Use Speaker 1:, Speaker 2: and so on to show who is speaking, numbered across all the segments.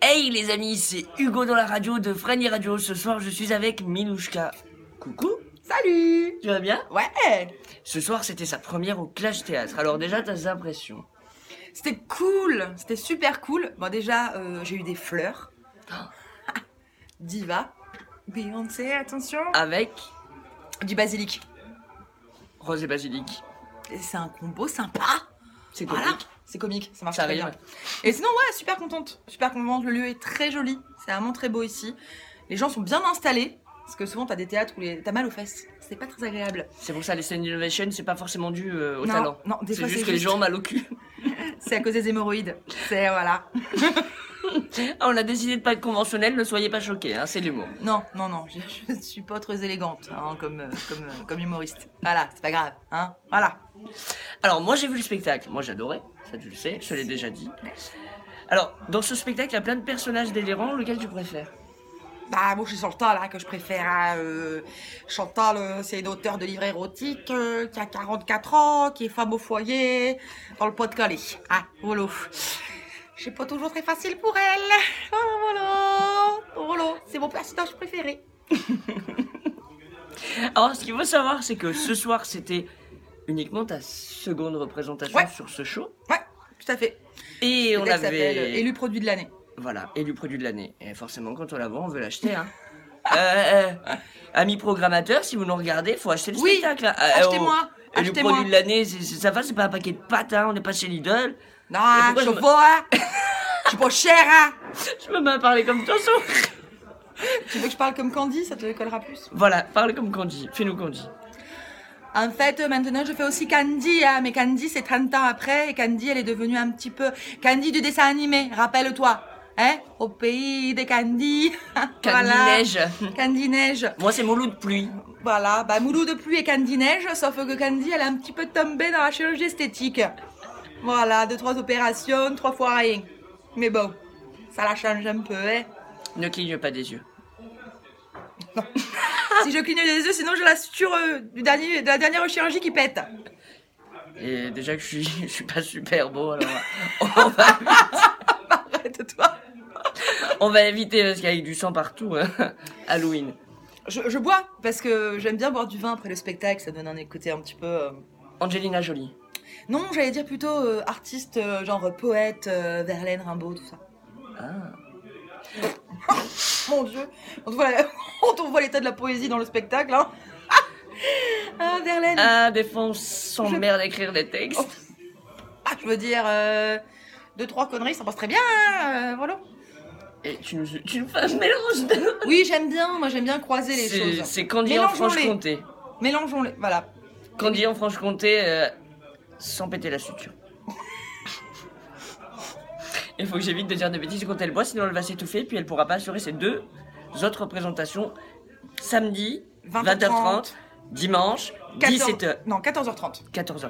Speaker 1: Hey les amis, c'est Hugo dans la radio de Frenny Radio. Ce soir, je suis avec Minouchka. Coucou,
Speaker 2: Salut
Speaker 1: tu vas bien
Speaker 2: Ouais
Speaker 1: Ce soir, c'était sa première au Clash Théâtre. Alors déjà, t'as impressions
Speaker 2: C'était cool C'était super cool. Bon déjà, euh, j'ai eu des fleurs. Diva. Beyoncé, attention
Speaker 1: avec
Speaker 2: Du basilic.
Speaker 1: Rose et Basilic.
Speaker 2: Et C'est un combo sympa
Speaker 1: C'est
Speaker 2: Voilà.
Speaker 1: comique.
Speaker 2: C'est comique, ça marche
Speaker 1: Ça
Speaker 2: très
Speaker 1: rime.
Speaker 2: bien. Et sinon, ouais, super contente. Super contente, le lieu est très joli. C'est vraiment très beau ici. Les gens sont bien installés. Parce que souvent, t'as des théâtres où les- t'as mal aux fesses. C'est pas très agréable.
Speaker 1: C'est pour ça, les scènes d'innovation, c'est pas forcément dû euh, au
Speaker 2: non,
Speaker 1: talent.
Speaker 2: non, des
Speaker 1: C'est
Speaker 2: fois,
Speaker 1: juste que les gens ont mal au cul.
Speaker 2: C'est à cause des hémorroïdes. C'est, voilà.
Speaker 1: Ah, on a décidé de pas être conventionnel, ne soyez pas choqués, hein, c'est l'humour.
Speaker 2: Non, non, non, je, je suis pas très élégante hein, comme, euh, comme, euh, comme humoriste. Voilà, c'est pas grave, hein. Voilà.
Speaker 1: Alors moi j'ai vu le spectacle, moi j'adorais, ça tu le sais, je te l'ai déjà dit. Alors dans ce spectacle, il y a plein de personnages délirants, lequel tu préfères
Speaker 2: Bah, moi, je suis sur le tas, là, que je préfère. hein, euh, Chantal, euh, c'est une auteure de livres érotiques, euh, qui a 44 ans, qui est femme au foyer, dans le Pas-de-Calais. Ah, voilà. Je pas toujours très facile pour elle. Voilà, voilà. Voilà, c'est mon personnage préféré.
Speaker 1: Alors Ah, ce qu'il faut savoir, c'est que ce soir c'était uniquement ta seconde représentation
Speaker 2: Ouais.
Speaker 1: sur ce show.
Speaker 2: Ouais, tout à fait.
Speaker 1: Et on
Speaker 2: Le texte s'appelle euh,
Speaker 1: avait...
Speaker 2: Élu produit de l'année.
Speaker 1: Voilà, élu produit de l'année. Et forcément quand on la voit, on veut l'acheter. Hein. Euh, euh, amis programmateurs, si vous nous regardez, faut acheter le
Speaker 2: Oui,
Speaker 1: spectacle. hein. Euh,
Speaker 2: Achetez-moi.
Speaker 1: oh, Élu
Speaker 2: Achetez-moi.
Speaker 1: produit de l'année, c'est- c'est- ça va, c'est pas un paquet de pâtes, hein, on n'est pas chez Lidl.
Speaker 2: Non,
Speaker 1: pourquoi
Speaker 2: je
Speaker 1: je me-
Speaker 2: vois. hein. Je suis pas chère, hein.
Speaker 1: Je peux même parler comme ton son.
Speaker 2: Tu veux que je parle comme Candy, ça te collera plus.
Speaker 1: Voilà, parle comme Candy, fais-nous Candy.
Speaker 2: En fait, euh, maintenant, je fais aussi Candy, hein, mais Candy, c'est 30 ans après, et Candy, elle est devenue un petit peu Candy du dessin animé, rappelle-toi. Hein Au pays des Candy.
Speaker 1: Candy
Speaker 2: Voilà.
Speaker 1: neige.
Speaker 2: Candy Neige.
Speaker 1: Moi, c'est mon loup de pluie.
Speaker 2: Voilà, bah, Moulou de pluie et Candy Neige, sauf que Candy, elle est un petit peu tombée dans la chirurgie esthétique. Voilà, deux, trois opérations, trois fois rien. Mais bon, ça la change un peu, hein.
Speaker 1: Ne cligne pas des yeux. Ah.
Speaker 2: si je cligne les yeux, sinon je la suture euh, du dernier, de la dernière chirurgie qui pète.
Speaker 1: Et déjà que je suis, je suis pas super beau, alors on va,
Speaker 2: Arrête-toi.
Speaker 1: on va éviter parce qu'avec du sang partout, hein, Halloween.
Speaker 2: Je, je bois parce que j'aime bien boire du vin après le spectacle, ça donne un côté un petit peu. euh,
Speaker 1: Angelina Jolie.
Speaker 2: Non, j'allais dire plutôt euh, artiste, euh, genre poète, euh, Verlaine, Rimbaud, tout ça.
Speaker 1: Ah.
Speaker 2: Mon dieu, on te voit, la- on te voit l'état de la poésie dans le spectacle. Hein. Ah, Verlaine.
Speaker 1: Ah, défense sans
Speaker 2: Je-
Speaker 1: merde d'écrire des textes.
Speaker 2: Oh. Ah, je veux dire, euh, deux trois conneries, ça passe très bien. hein, euh, voilà.
Speaker 1: Et tu nous, tu nous fais un mélange de.
Speaker 2: Oui, j'aime bien. Moi, j'aime bien croiser les
Speaker 1: C'est-
Speaker 2: choses. hein.
Speaker 1: C'est Candy en
Speaker 2: Mélangeons-les.
Speaker 1: Franche-Comté.
Speaker 2: Mélangeons-les. Voilà.
Speaker 1: Candy en Franche-Comté, euh, sans péter la suture. Il faut que j'évite de dire des bêtises quand elle boit, sinon elle va s'étouffer, puis elle pourra pas assurer ses deux autres représentations samedi 20h30,
Speaker 2: 20h30,
Speaker 1: dimanche 17h,
Speaker 2: Non, 14h30.
Speaker 1: 14h30.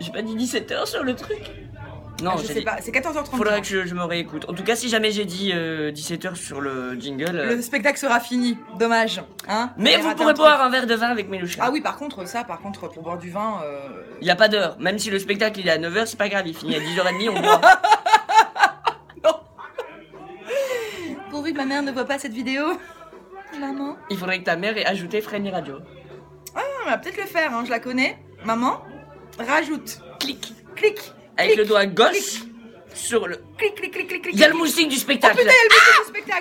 Speaker 1: J'ai pas dit 17h sur le truc Non,
Speaker 2: Ah, je
Speaker 1: Oh, j'ai
Speaker 2: sais
Speaker 1: dit.
Speaker 2: pas. C'est 14h30.
Speaker 1: Faudra que je, je me réécoute. En tout cas, si jamais j'ai dit 17h sur le jingle, euh,
Speaker 2: Le spectacle sera fini. Dommage. Hein
Speaker 1: mais
Speaker 2: On a
Speaker 1: vous
Speaker 2: raté
Speaker 1: pourrez
Speaker 2: un truc.
Speaker 1: boire un verre de vin avec Milouchka.
Speaker 2: Ah oui, par contre, ça, par contre, pour boire du vin. euh,
Speaker 1: Il n'y a pas d'heure. Même si le spectacle il est à 9h, c'est pas grave, il finit à 10h30, on boit.
Speaker 2: Pourvu que ma mère ne voit pas cette vidéo. Maman.
Speaker 1: Il faudrait que ta mère ait ajouté Frenny Radio.
Speaker 2: on va peut-être le faire, hein, je la connais. Maman, rajoute.
Speaker 1: Clic.
Speaker 2: Clic,
Speaker 1: Avec
Speaker 2: Clic.
Speaker 1: le doigt gauche sur le.
Speaker 2: clic, clic, clic, clic, clic.
Speaker 1: Il y a le moustique du
Speaker 2: Oh
Speaker 1: spectacle.
Speaker 2: putain, il y a le moustique du spectacle